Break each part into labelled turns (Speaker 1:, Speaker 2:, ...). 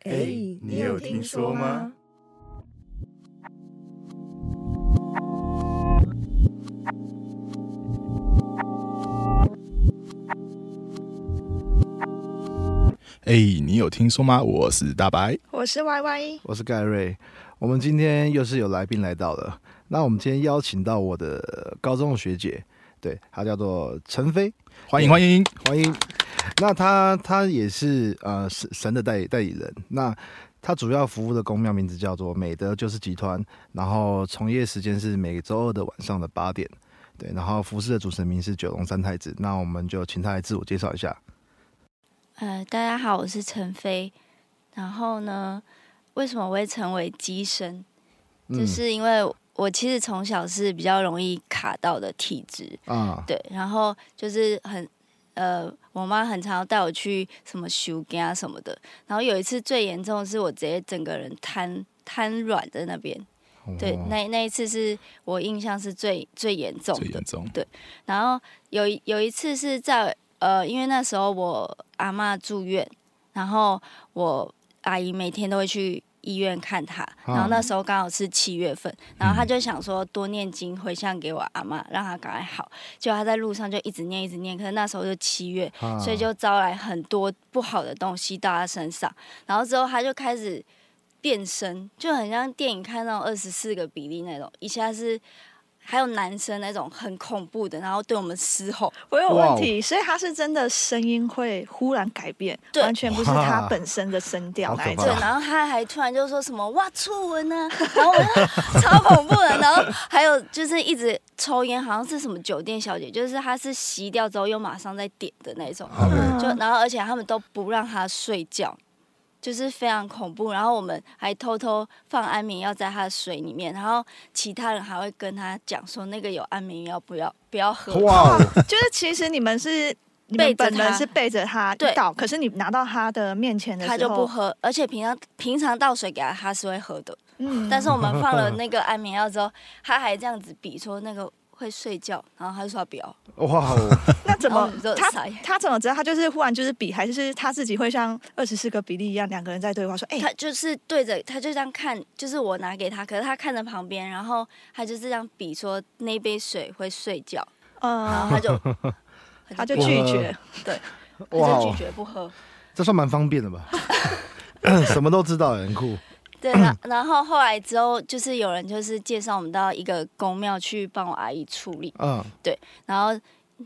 Speaker 1: 哎，你有听说吗？
Speaker 2: 哎、你有听说吗？我是大白。
Speaker 3: 我是 Y Y，
Speaker 4: 我是盖瑞。我们今天又是有来宾来到了。那我们今天邀请到我的呃高中的学姐，对，她叫做陈飞，
Speaker 2: 欢迎欢迎，
Speaker 4: 欢迎。那她她也是呃神神的代代理人。那她主要服务的公庙名字叫做美德就是集团，然后从业时间是每周二的晚上的八点，对，然后服侍的主神明是九龙三太子。那我们就请她来自我介绍一下。
Speaker 5: 呃，大家好，我是陈飞。然后呢，为什么我会成为机身？就
Speaker 4: 嗯
Speaker 5: 是因为我其实从小是比较容易卡到的体质，
Speaker 4: 啊，
Speaker 5: 对。然后就是很呃，我妈很常要带我去什么修根啊什么的。然后有一次最严重的是我直接整个人瘫瘫软在那边，对，
Speaker 4: 哦
Speaker 5: 那那一次是我印象是最最严重
Speaker 2: 最
Speaker 5: 的
Speaker 2: 严。重，
Speaker 5: 然后有一有一次是在呃，因为那时候我阿嬷住院，然后我阿姨每天都会去医院看她，然后那时候刚好是七月份，然后她就想说多念经回向给我阿嬷，让她赶快好。结果她在路上就一直念一直念，可是那时候就七月，
Speaker 4: 啊
Speaker 5: 所以就招来很多不好的东西到她身上，然后之后她就开始。变身就很像电影看那种二十四个比例那种，一下是还有男生那种很恐怖的，然后对我们嘶吼，
Speaker 3: 我有
Speaker 1: 哦
Speaker 3: 问题，所以他是真的声音会忽然改变，
Speaker 5: 对
Speaker 3: 完全不是他本身的声调
Speaker 4: 哇
Speaker 3: 那一种
Speaker 4: 好
Speaker 5: 对，
Speaker 4: 可。怕
Speaker 5: 然后他还突然就说什么“哇，初吻呢”， 然后我就超恐怖的，然后还有就是一直抽烟，好像是什么酒店小姐，就是她是吸掉之后又马上再点的那种，
Speaker 1: 嗯
Speaker 4: OK，
Speaker 5: 就然后而且他们都不让她睡觉，就是非常恐怖。然后我们还偷偷放安眠药在她的水里面，然后其他人还会跟她讲说那个有安眠药，不要不要喝。
Speaker 4: 哇哦，
Speaker 3: 就是其实你们是你
Speaker 5: 背
Speaker 3: 们
Speaker 5: 着
Speaker 3: 本人
Speaker 5: 他
Speaker 3: 是背着他
Speaker 5: 对
Speaker 3: 一道，可是你拿到他的面前的时
Speaker 5: 他
Speaker 3: 候，
Speaker 5: 就不喝，而且平常平常倒水给他，他是会喝的。
Speaker 3: 嗯
Speaker 5: 但是我们放 了那个安眠药之后，他还这样子比说那个会睡觉，然后他就说他不要，
Speaker 4: 哇哦，
Speaker 3: 那怎
Speaker 5: 然后我
Speaker 3: 么
Speaker 5: 们就
Speaker 3: 他
Speaker 5: 傻眼。
Speaker 3: 他怎么知道？他就是忽然就是比，还是他自己会像二十四个比例一样，两个人在对话说：“哎、
Speaker 5: 他就是对着，他就这样看，就是我拿给他，可是他看着旁边，然后他就是这样比说那杯水会睡觉，然
Speaker 3: 呃，
Speaker 5: 后 他就
Speaker 3: 他就
Speaker 5: 不喝
Speaker 3: 拒绝。
Speaker 5: 他
Speaker 4: 哇
Speaker 5: 就
Speaker 4: 哦
Speaker 5: 拒绝不喝。
Speaker 4: 这算蛮方便的吧？ 什么都知道，很酷。
Speaker 5: 对，然然后后来之后就是有人就是介绍我们到一个公庙去帮我阿姨处理，
Speaker 4: 嗯，
Speaker 5: 然后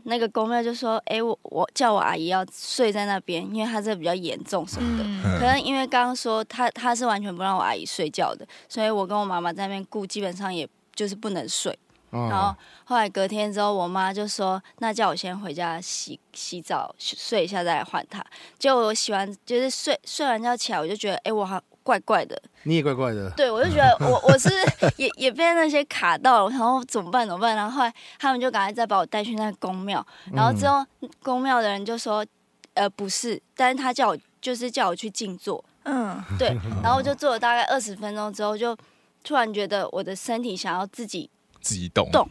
Speaker 5: 那个公庙就说：“哎、我我叫我阿姨要睡在那边，因为她这比较严重什么的。
Speaker 3: 嗯，
Speaker 5: 可能因为刚刚说她她是完全不让我阿姨睡觉的，所以我跟我妈妈在那边顾，基本上也就是不能睡。然后
Speaker 4: 哦，
Speaker 5: 后来隔天之后，我妈就说：“那叫我先回家洗洗澡洗睡一下再来换她。”结果我洗完就是睡睡完觉起来，我就觉得哎、诶我好怪怪的，
Speaker 4: 你也怪怪的，
Speaker 5: 对，我就觉得我我是也也被那些卡到了，然后怎么办怎么办？然后后来他们就赶快再把我带去那个宫庙，然后之后宫庙的人就说，呃，不是，但是他叫我就是叫我去静坐，
Speaker 3: 嗯，
Speaker 5: 对，然后我就坐了大概二十分钟之后，就突然觉得我的身体想要自己
Speaker 2: 自己动。
Speaker 5: 动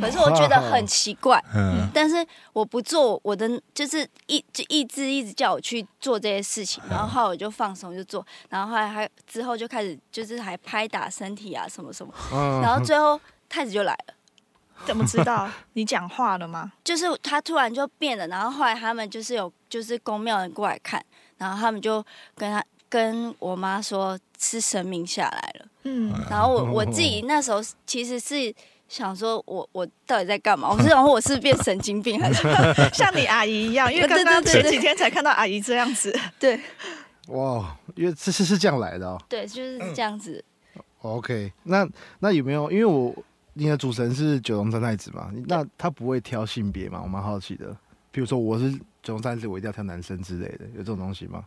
Speaker 5: 可是我觉得很奇怪，
Speaker 2: 嗯，
Speaker 5: 但是我不做，我的就是意就意志一直叫我去做这些事情，然后后来我就放松就做，然后后来还之后就开始就是还拍打身体啊什么什么，
Speaker 4: 嗯，
Speaker 5: 然后最后太子就来了，
Speaker 3: 怎么知道你讲话了吗？
Speaker 5: 就是他突然就变了，然后后来他们就是有就是宫庙人过来看，然后他们就跟他跟我妈说是神明下来了，
Speaker 3: 嗯，
Speaker 5: 然后我我自己那时候其实是。想说我我到底在干嘛？我是想说我是变神经病还是
Speaker 3: 像你阿姨一 样，因为刚
Speaker 5: 对对
Speaker 3: 刚
Speaker 5: 对
Speaker 3: 这几天才看到阿姨这样子。
Speaker 5: 对
Speaker 4: 哇，因为这是是这样来的哦。
Speaker 5: 对，就是这样子。
Speaker 4: OK，那那有没有？因为我你的主神是九龙三太子嘛，那他不会挑性别嘛？我蛮好奇的。比如说我是九龙三太子，我一定要挑男生之类的，有这种东西吗？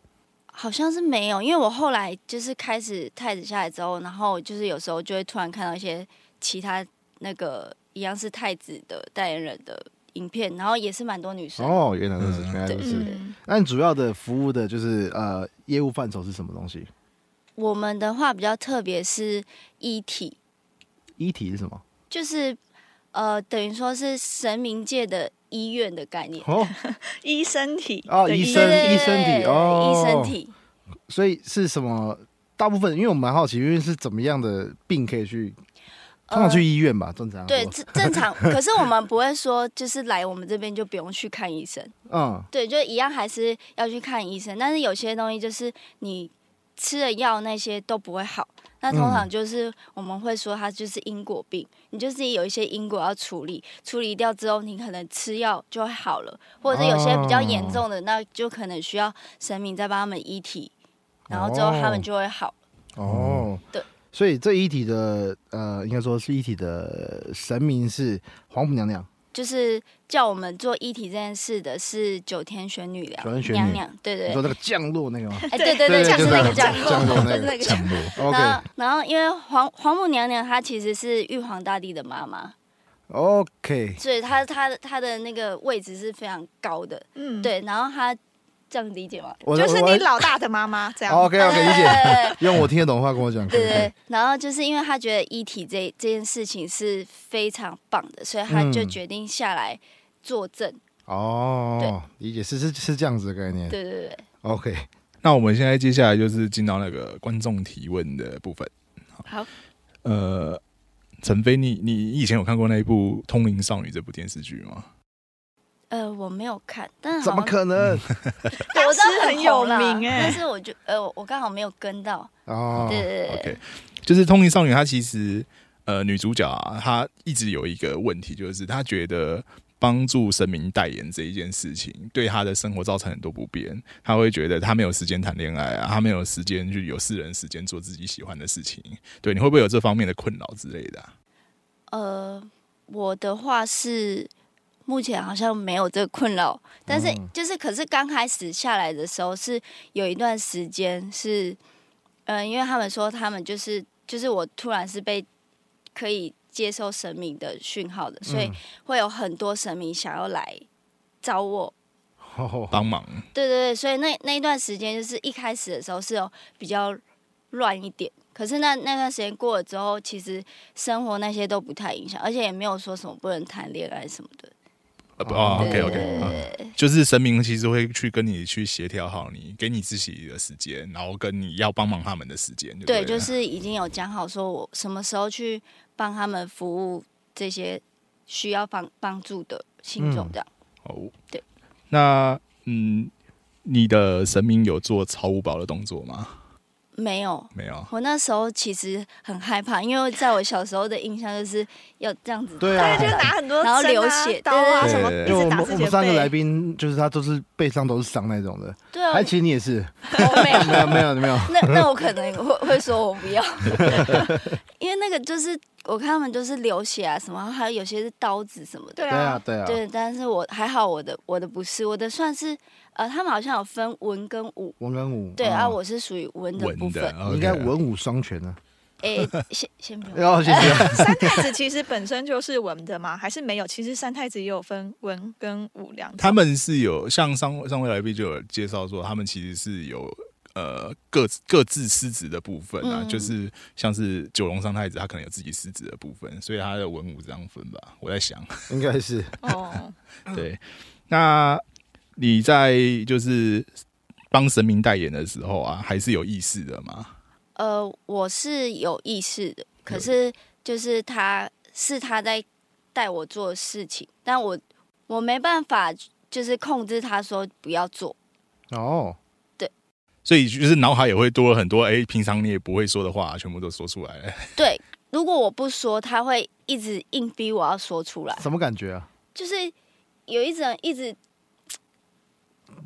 Speaker 5: 好像是没有，因为我后来就是开始太子下来之后，然后就是有时候就会突然看到一些其他那个一样是太子的代言人的影片，然后也是蛮多女生。
Speaker 4: 哦，原来如此，原来如
Speaker 5: 对
Speaker 4: 此。
Speaker 5: 是
Speaker 3: 嗯，
Speaker 4: 那你主要的服务的就是呃业务范畴是什么东西？
Speaker 5: 我们的话比较特别是一体，
Speaker 4: 一体是什么？
Speaker 5: 就是呃等于说是神明界的医院的概念。
Speaker 4: 哦
Speaker 3: 医生体
Speaker 4: 哦，
Speaker 3: 的
Speaker 4: 医
Speaker 3: 医
Speaker 4: 生
Speaker 5: 对对对
Speaker 4: 医生体
Speaker 5: 对
Speaker 4: 哦
Speaker 5: 医生体，
Speaker 4: 所以是什么？大部分因为我蛮好奇，因为是怎么样的病可以去，通常去医院吧，正常。
Speaker 5: 呃对，正正常。可是我们不会说，就是来我们这边就不用去看医生。
Speaker 4: 嗯，
Speaker 5: 对，就一样还是要去看医生。但是有些东西就是你吃了药那些都不会好，那通
Speaker 4: 嗯
Speaker 5: 常就是我们会说它就是因果病，你就是有一些因果要处理，处理掉之后你可能吃药就会好了，或者是有些比较
Speaker 4: 哦
Speaker 5: 严重的，那就可能需要神明再帮他们医体，然后之后他们就会好。
Speaker 4: 哦，
Speaker 5: 对。
Speaker 4: 所以这一体的呃，应该说是一体的神明是黄母娘娘。
Speaker 5: 就是叫我们做议题这件事的是九天玄女
Speaker 4: 九天
Speaker 5: 娘
Speaker 4: 玄女
Speaker 5: 娘娘，对
Speaker 4: 你
Speaker 5: 对对
Speaker 4: 说那个降落那个 吗？
Speaker 5: 哎，对对
Speaker 4: 对
Speaker 5: 对，就是
Speaker 4: 就是
Speaker 5: 那个
Speaker 4: 那
Speaker 5: 降
Speaker 4: 个
Speaker 5: 落，
Speaker 4: 降落那个
Speaker 5: 就是那个
Speaker 2: 降落，
Speaker 5: 然
Speaker 4: OK
Speaker 5: 后，然后因为皇皇母娘娘她其实是玉皇大帝的妈妈，
Speaker 4: OK，
Speaker 5: 所以她她的她的那个位置是非常高的，
Speaker 3: 嗯，，
Speaker 5: 对。然后她这样理解吗？
Speaker 4: 我
Speaker 3: 就是你
Speaker 4: 我哦
Speaker 3: 老大的妈妈这样。
Speaker 4: OK OK 啊理解，嗯
Speaker 5: 对
Speaker 4: 用我听得懂的话跟我讲。
Speaker 5: 对对
Speaker 4: 可以 可以
Speaker 5: 对。然后就是因为她觉得议题这这件事情是非常棒的，所以她就
Speaker 4: 嗯
Speaker 5: 决定下来作证。
Speaker 4: 哦，理解是是是这样子的概念。
Speaker 5: 对对对。
Speaker 4: OK，
Speaker 2: 那我们现在接下来就是进到那个观众提问的部分。
Speaker 5: 好，
Speaker 2: 呃，陈飞，你你以前有看过那一部《通灵少女》这部电视剧吗？
Speaker 5: 呃，我没有看，但是
Speaker 4: 怎
Speaker 5: 好
Speaker 4: 么
Speaker 5: 像
Speaker 4: 可能？
Speaker 5: 对我知道
Speaker 3: 当时很有
Speaker 5: 红啦
Speaker 3: 名哎
Speaker 5: 但是我就呃，我我刚好没有跟到，
Speaker 4: 哦，
Speaker 5: 对对对
Speaker 2: OK，就是《通灵少女》，她其实呃，女主角啊，她一直有一个问题，就是她觉得帮助神明代言这一件事情，对她的生活造成很多不便。她会觉得她没有时间谈恋爱啊，她没有时间去有私人时间做自己喜欢的事情。对，你会不会有这方面的困扰之类的啊、
Speaker 5: 呃，我的话是目前好像没有这个困扰，但是
Speaker 4: 嗯
Speaker 5: 就是可是刚开始下来的时候是有一段时间是，嗯、因为他们说他们就是就是我突然是被可以接受神明的讯号的，所以会有很多神明想要来找我，
Speaker 4: 哦
Speaker 2: 帮忙？
Speaker 5: 对对对，所以那那一段时间就是一开始的时候是有比较乱一点，可是那那段时间过了之后，其实生活那些都不太影响，而且也没有说什么不能谈恋爱什么的。
Speaker 2: 呃不哦
Speaker 4: 对
Speaker 2: ，OK OK，、
Speaker 5: 对对
Speaker 2: 嗯
Speaker 5: 对对
Speaker 2: 就是神明其实会去跟你去协调好你给你自己的时间，然后跟你要帮忙他们的时间。对
Speaker 5: 对，
Speaker 2: 了，
Speaker 4: 啊
Speaker 5: 就是已经有讲好说我什么时候去帮他们服务这些需要帮帮助的信众
Speaker 4: 嗯
Speaker 5: 这样。
Speaker 2: 哦，
Speaker 5: 对。
Speaker 2: 那嗯，你的神明有做超五宝的动作吗？
Speaker 5: 没有，
Speaker 2: 没有。
Speaker 5: 我那时候其实很害怕，因为在我小时候的印象就是要这样子。
Speaker 4: 对啊
Speaker 3: 对，就是拿很多
Speaker 5: 然后
Speaker 3: 针啊
Speaker 5: 流血
Speaker 3: 刀啊
Speaker 2: 对
Speaker 3: 什么，
Speaker 2: 对
Speaker 3: 一
Speaker 4: 就我
Speaker 3: 直
Speaker 4: 们
Speaker 3: 打
Speaker 4: 我
Speaker 3: 自己
Speaker 4: 们
Speaker 3: 的
Speaker 4: 三个来
Speaker 3: 背。
Speaker 4: 宾，就是他都是背上都是伤那种的，
Speaker 5: 对啊，
Speaker 4: 哎，其实你也是，
Speaker 5: 我没 有
Speaker 4: 没有没有没有，
Speaker 5: 那那我可能会会说我不要， 因为那个就是我看他们就是流血啊什么，还有有些是刀子什么的。
Speaker 3: 对
Speaker 4: 对啊
Speaker 3: 啊，
Speaker 4: 对啊，
Speaker 5: 对，但是我还好，我的我的不是，我的算是呃，他们好像有分文跟武，
Speaker 4: 文跟武，
Speaker 5: 对、
Speaker 4: 嗯
Speaker 5: 啊，我是属于文的部
Speaker 2: 文
Speaker 5: 分
Speaker 2: 的。，啊
Speaker 4: 你
Speaker 2: OK
Speaker 4: 应该文武双全啊，
Speaker 5: 哎，先先不用，
Speaker 4: 然后谢谢，
Speaker 3: 三 太子其实本身就是文的嘛，还是没有？其实三太子也有分文跟武两种。
Speaker 2: 他们是有像上上位来宾就有介绍说，他们其实是有呃各各自狮子的部分啊，
Speaker 5: 嗯
Speaker 2: 就是像是九龙三太子，他可能有自己狮子的部分，所以他的文武这样分吧。我在想，
Speaker 4: 应该是
Speaker 3: 哦，
Speaker 5: 嗯
Speaker 2: 对，那你在就是帮神明代言的时候啊，还是有意识的吗？
Speaker 5: 呃，我是有意识的，可是就是他是他在带我做事情，但我我没办法就是控制他说不要做，
Speaker 4: 哦，
Speaker 2: 所以就是脑海也会多了很多，哎、平常你也不会说的话，全部都说出来了。
Speaker 5: 对，如果我不说，他会一直硬逼我要说出来，
Speaker 4: 什么感觉啊？
Speaker 5: 就是有一种一直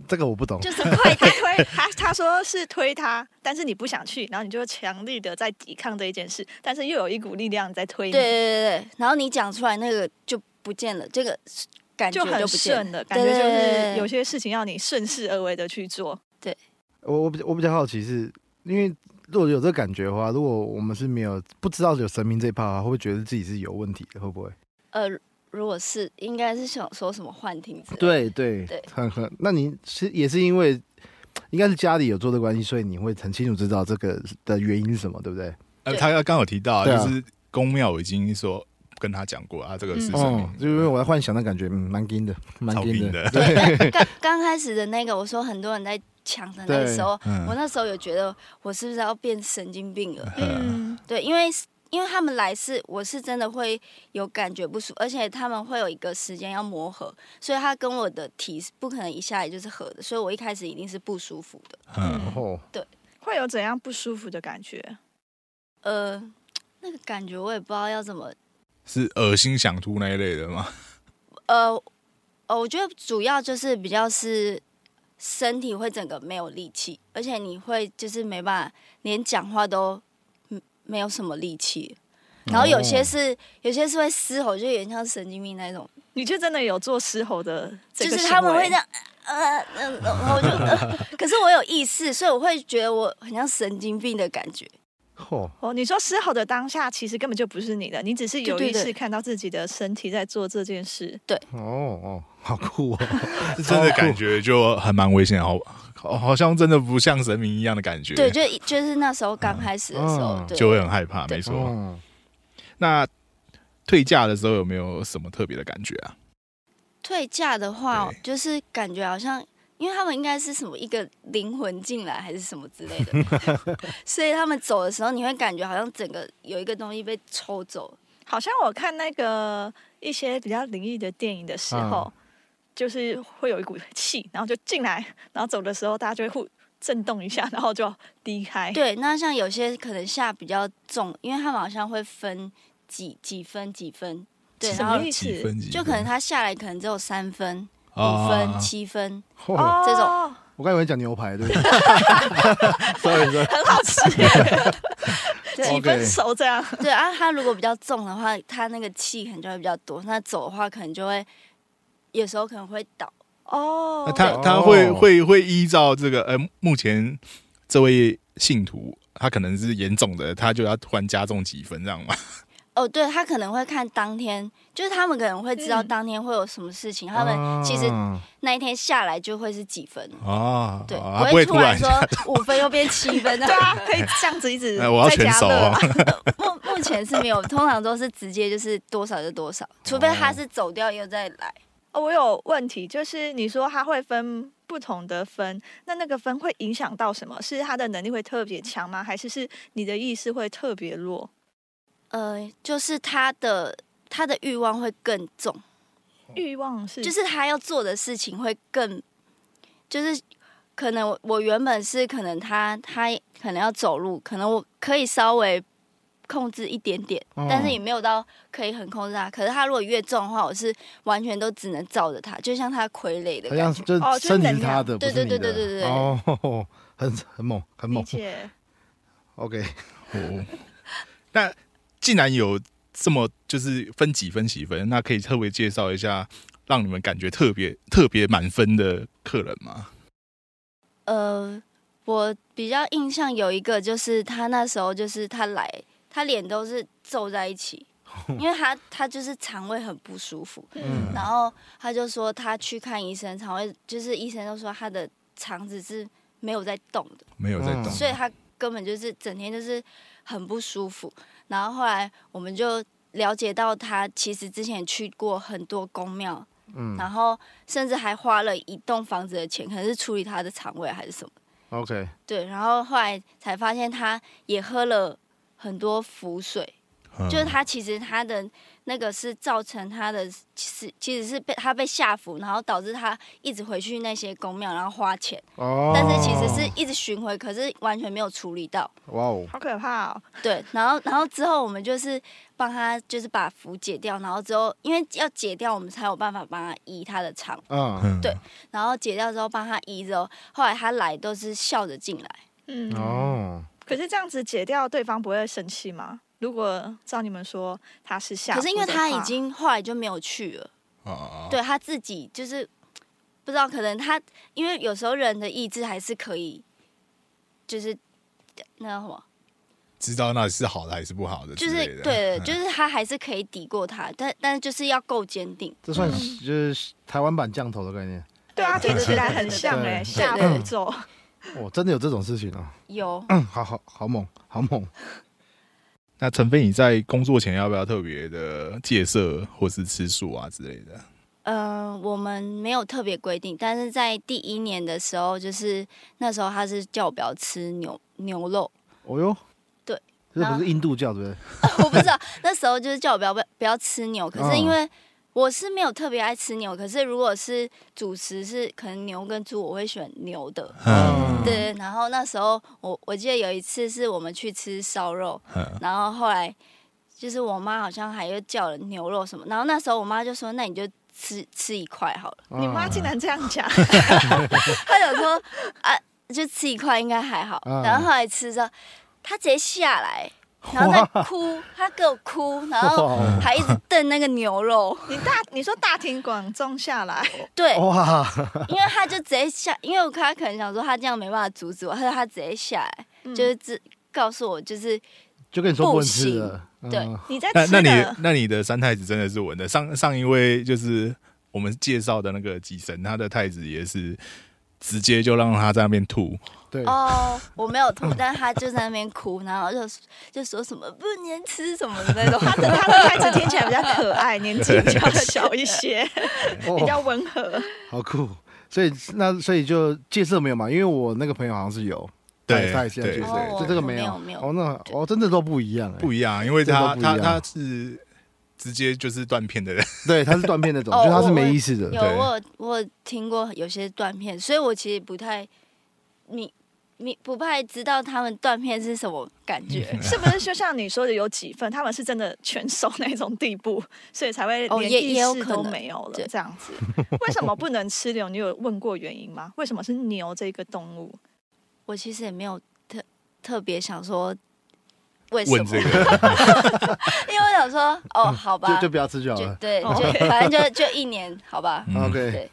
Speaker 4: 这个我不懂，
Speaker 5: 就是快
Speaker 3: 他
Speaker 5: 点。
Speaker 3: 推他他说是推他，但是你不想去，然后你就强力的在抵抗这一件事，但是又有一股力量在推
Speaker 5: 对
Speaker 3: 你，
Speaker 5: 对对对，然后你讲出来那个就不见了，这个感觉
Speaker 3: 就很
Speaker 5: 不见了。
Speaker 3: 顺的感
Speaker 5: 对
Speaker 3: 觉，
Speaker 5: 对
Speaker 3: 就
Speaker 5: 对
Speaker 3: 是
Speaker 5: 对
Speaker 3: 有些事情要你顺势而为的去做。
Speaker 4: 我我比我比较好奇是，因为如果有这个感觉的话，如果我们是没有不知道有神明这一趴的话，会不会觉得自己是有问题的？会不会？
Speaker 5: 呃，如果是应该是想说什么幻听之类的。
Speaker 4: 对对
Speaker 5: 对
Speaker 4: 很很。那你是也是因为应该是家里有做的关系，所以你会很清楚知道这个的原因是什么，对不对？
Speaker 2: 呃，
Speaker 5: 对
Speaker 2: 他刚刚有提到啊，
Speaker 4: 对啊
Speaker 2: 就是公庙已经说跟他讲过啊，这个是神明
Speaker 4: 哦，就因为我在嗯幻想的感觉，嗯，蛮硬的，蛮
Speaker 2: 超
Speaker 4: 硬
Speaker 2: 硬
Speaker 4: 的。
Speaker 2: 的，
Speaker 5: 对，刚刚开始的那个，我说很多人在强的那个时候，
Speaker 2: 嗯
Speaker 5: 我那时候有觉得我是不是要变神经病了？
Speaker 3: 嗯，
Speaker 5: 对，因为因为他们来是我是真的会有感觉不舒服，而且他们会有一个时间要磨合，所以他跟我的体是不可能一下来就是合的，所以我一开始一定是不舒服的。
Speaker 2: 嗯，
Speaker 4: 哦，
Speaker 3: 会有怎样不舒服的感觉？
Speaker 5: 呃，那个感觉我也不知道要怎么，
Speaker 2: 是恶心想吐那一类的 吗？
Speaker 5: 呃，呃，我觉得主要就是比较是。身体会整个没有力气，而且你会就是没办法，连讲话都嗯没有什么力气。然后有些是、有些是会嘶吼，就有点像神经病那种。
Speaker 3: 你就真的有做狮吼的这
Speaker 5: 就
Speaker 3: 个行为，
Speaker 5: 是他们会这样，呃，呃呃然后我就、呃 可是我有意识，所以我会觉得我很像神经病的感觉。
Speaker 4: 嚯，
Speaker 3: 哦，你说狮吼的当下，其实根本就不是你的，你只是有
Speaker 5: 对
Speaker 3: 意
Speaker 5: 对对
Speaker 3: 识看到自己的身体在做这件事。
Speaker 4: 哦哦，好酷哦，
Speaker 2: 是真的感觉就还蛮危险，好，好好像真的不像神明一样的感觉，
Speaker 5: 对，就就是那时候刚开始的时候，
Speaker 4: 嗯
Speaker 5: 对，
Speaker 2: 就会很害怕，没错。
Speaker 4: 嗯，
Speaker 2: 那退价的时候有没有什么特别的感觉啊？
Speaker 5: 退价的话
Speaker 2: 对，
Speaker 5: 就是感觉好像，因为他们应该是什么一个灵魂进来还是什么之类的，所以他们走的时候，你会感觉好像整个有一个东西被抽走，
Speaker 3: 好像我看那个一些比较灵异的电影的时候，
Speaker 2: 嗯
Speaker 3: 就是会有一股气，然后就进来，然后走的时候大家就会互震动一下，然后就离开。
Speaker 5: 对，那像有些可能下比较重，因为他们好像会分几几分几分，对，
Speaker 3: 什
Speaker 5: 然
Speaker 3: 么
Speaker 5: 后
Speaker 3: 意思
Speaker 2: 几分几分？
Speaker 5: 就可能他下来可能只有三分、五
Speaker 2: 啊
Speaker 5: 分、七分，
Speaker 3: 哦
Speaker 4: 嚯，
Speaker 5: 这
Speaker 3: 种
Speaker 4: 哦我刚以为讲牛排，对不对？sorry sorry，
Speaker 3: 很好吃，几
Speaker 2: 哦
Speaker 4: OK
Speaker 3: 分熟这样。
Speaker 5: 对啊，他如果比较重的话，他那个气可能就会比较多，那走的话可能就会有时候可能会倒，
Speaker 3: 哦
Speaker 2: 那，他
Speaker 4: 对
Speaker 2: 他会
Speaker 4: 哦
Speaker 2: 会会依照这个呃，目前这位信徒他可能是严重的，他就要突然加重几分这样嘛？
Speaker 5: 哦，对他可能会看当天，就是他们可能会知道
Speaker 3: 嗯
Speaker 5: 当天会有什么事情， 他们其实
Speaker 4: 啊
Speaker 5: 那一天下来就会是几分。
Speaker 2: 啊，
Speaker 5: 对，
Speaker 2: 啊他
Speaker 5: 不
Speaker 2: 不会
Speaker 5: 会
Speaker 2: 突然
Speaker 5: 然说五分又变七分，
Speaker 3: 对啊，可以这样子一直
Speaker 2: 哎我要
Speaker 3: 在
Speaker 2: 全
Speaker 3: 加
Speaker 2: 熟
Speaker 3: 热
Speaker 2: 哦
Speaker 3: 啊。
Speaker 5: 目目前是没有，通常都是直接就是多少就多少，除非他是走掉又再来。
Speaker 3: 哦，我有问题，就是你说它会分不同的分，那那个分会影响到什么？是他的能力会特别强吗？还是是你的意识会特别弱？
Speaker 5: 呃，就是他的他的欲望会更重，
Speaker 3: 欲望是
Speaker 5: 就是他要做的事情会更，就是可能我我原本是可能他他可能要走路，可能我可以稍微控制一点点，
Speaker 4: 哦
Speaker 5: 但是也没有到可以很控制他。可是他如果越重的话，我是完全都只能照着他，就像他傀儡的
Speaker 4: 好
Speaker 5: 感
Speaker 4: 像
Speaker 5: 觉。
Speaker 4: 就
Speaker 3: 哦就是
Speaker 4: 身体
Speaker 3: 能
Speaker 4: 是他的，不
Speaker 5: 量
Speaker 4: 是你的
Speaker 5: 对对对对对对
Speaker 4: 哦，很很猛，很
Speaker 3: 理
Speaker 4: 猛
Speaker 3: 解。
Speaker 4: ，OK，
Speaker 2: 哦，那既然有这么就是分几分几分，那可以特别介绍一下让你们感觉特别特别满分的客人吗？
Speaker 5: 呃，我比较印象有一个，就是他那时候就是他来，他脸都是皱在一起， 因为他他就是肠胃很不舒服，
Speaker 3: 嗯，
Speaker 5: 然后他就说他去看医生，肠胃就是医生都说他的肠子是没有在动的，
Speaker 2: 没有在动，
Speaker 4: 嗯
Speaker 5: 所以他根本就是整天就是很不舒服。然后后来我们就了解到他其实之前去过很多宫庙，
Speaker 4: 嗯
Speaker 5: 然后甚至还花了一栋房子的钱，可能是处理他的肠胃还是什么。
Speaker 4: ，OK，
Speaker 5: 对，然后后来才发现他也喝了很多符水，
Speaker 2: 嗯
Speaker 5: 就是他其实他的那个是造成他的，其实其实是被他被下服，然后导致他一直回去那些宫庙，然后花钱，
Speaker 4: 哦，
Speaker 5: 但是其实是一直巡回，可是完全没有处理到。
Speaker 4: 哇哦，
Speaker 3: 好可怕哦！
Speaker 5: 对，然后然后之后我们就是帮他就是把符解掉，然后之后因为要解掉，我们才有办法帮他医他的肠，
Speaker 4: 嗯，
Speaker 2: 嗯
Speaker 5: 对然后解掉之后帮他医之后，后来他来都是笑着进来。
Speaker 3: 嗯，
Speaker 4: 哦，
Speaker 3: 可是这样子解掉，对方不会生气吗？如果照你们说他是下，
Speaker 5: 可是因为他已，经后来就没有去了，
Speaker 2: 啊啊，
Speaker 5: 对他自己就是不知道，可能他因为有时候人的意志还是可以，就是那叫什么，
Speaker 2: 知道那是好的还是不好的
Speaker 5: 就
Speaker 2: 之类
Speaker 5: 是
Speaker 2: 的，
Speaker 5: 对，
Speaker 2: 嗯
Speaker 5: 就是他还是可以抵过他，但但是就是要够坚定。
Speaker 4: 这算是就是台湾版降头的概念，
Speaker 3: 对啊，听起来
Speaker 5: 对对
Speaker 3: 很
Speaker 5: 对
Speaker 3: 像
Speaker 4: 对
Speaker 3: 哎，
Speaker 4: 对
Speaker 3: 下
Speaker 5: 对
Speaker 3: 诅咒。
Speaker 4: 哦，真的有这种事情哦，
Speaker 5: 有，
Speaker 4: 嗯，好好好猛，好猛，
Speaker 2: 那陈飞，你在工作前要不要特别的戒色或是吃素啊之类的？
Speaker 5: 呃，我们没有特别规定，但是在第一年的时候，就是那时候他是叫我不要吃牛牛肉，
Speaker 4: 哦哟，
Speaker 5: 对，
Speaker 4: 这不是印度教对不对？
Speaker 5: 我不知道那时候就是叫我不要不不要吃牛，可是因
Speaker 2: 嗯
Speaker 5: 为我是没有特别爱吃牛，可是如果是主食是可能牛跟猪，我会选牛的。
Speaker 2: 嗯，
Speaker 5: 对，然后那时候我我记得有一次是我们去吃烧肉，
Speaker 2: 嗯
Speaker 5: 然后后来就是我妈好像还又叫了牛肉什么，然后那时候我妈就说：“那你就吃吃一块好了。
Speaker 4: 嗯
Speaker 3: 你
Speaker 2: 啊
Speaker 3: 妈竟然这样讲，”
Speaker 5: 她想说：“啊，就吃一块应该还好。
Speaker 4: 嗯
Speaker 5: 然后后来吃着，她直接下来，然后在哭，她给我哭，然后
Speaker 4: 哇
Speaker 5: 还一直瞪那个牛肉。
Speaker 3: 你大你说大庭广众下来，
Speaker 5: 对，
Speaker 4: 哦哇，
Speaker 5: 因为她就直接下，因为她可能想说她这样没办法阻止我，她说她直接下来，
Speaker 3: 嗯
Speaker 5: 就是只告诉我就是
Speaker 4: 就跟你说不能吃
Speaker 5: 不行
Speaker 4: 了，嗯
Speaker 5: 对
Speaker 3: 你在
Speaker 2: 那
Speaker 3: 吃
Speaker 2: 那你
Speaker 3: 的
Speaker 2: 那你的三太子真的是稳的。上上一位就是我们介绍的那个吉神，他的太子也是直接就让他在那边吐。
Speaker 4: 对，
Speaker 5: 哦，我没有痛，但是他就在那边哭，然后就就说什么不能吃什么的 那种。
Speaker 3: 他的他的开始听起来比较可爱，年纪比 较小一些，比较
Speaker 4: 哦，
Speaker 3: 温和。
Speaker 4: 好酷。所以那所以就戒色没有嘛？因为我那个朋友好像是有，
Speaker 2: 对
Speaker 4: 他也是要戒
Speaker 2: 对
Speaker 4: 色
Speaker 5: 哦，
Speaker 4: 就
Speaker 5: 我
Speaker 4: 这个
Speaker 5: 我没
Speaker 4: 有
Speaker 5: 有没有
Speaker 4: 哦，那哦真的都不一样哎，
Speaker 2: 不一样，因为他
Speaker 4: 真的
Speaker 2: 他
Speaker 4: 不一样
Speaker 2: 他是直接就是断片的人。
Speaker 4: 对，他是断片那种，
Speaker 5: 哦
Speaker 4: 就他是
Speaker 5: 我
Speaker 4: 没意识的
Speaker 5: 有，
Speaker 2: 对
Speaker 5: 我有我有听过有些断片，所以我其实不太你你不太知道他们断片是什么感
Speaker 4: 嗯啊
Speaker 5: 觉。
Speaker 3: 是不是就像你说的，有几份他们是真的全收那种地步， 所以才会
Speaker 5: 哦
Speaker 3: 连
Speaker 5: 也
Speaker 3: 意
Speaker 5: 也有
Speaker 3: 识
Speaker 5: 可
Speaker 3: 都
Speaker 5: 能
Speaker 3: 没有了
Speaker 5: 对
Speaker 3: 这样子？为什么不能吃牛？你有问过原因吗？为什么是牛这个动物？
Speaker 5: 我其实也没有特特别想说为什么，
Speaker 2: 问 这个，
Speaker 5: 因为我想说哦，好吧，
Speaker 4: 就就不要吃就好
Speaker 5: 就
Speaker 4: 了。
Speaker 5: 对，
Speaker 3: 哦
Speaker 5: 就反正就就一年，好吧。
Speaker 2: 嗯
Speaker 4: OK，
Speaker 5: 对，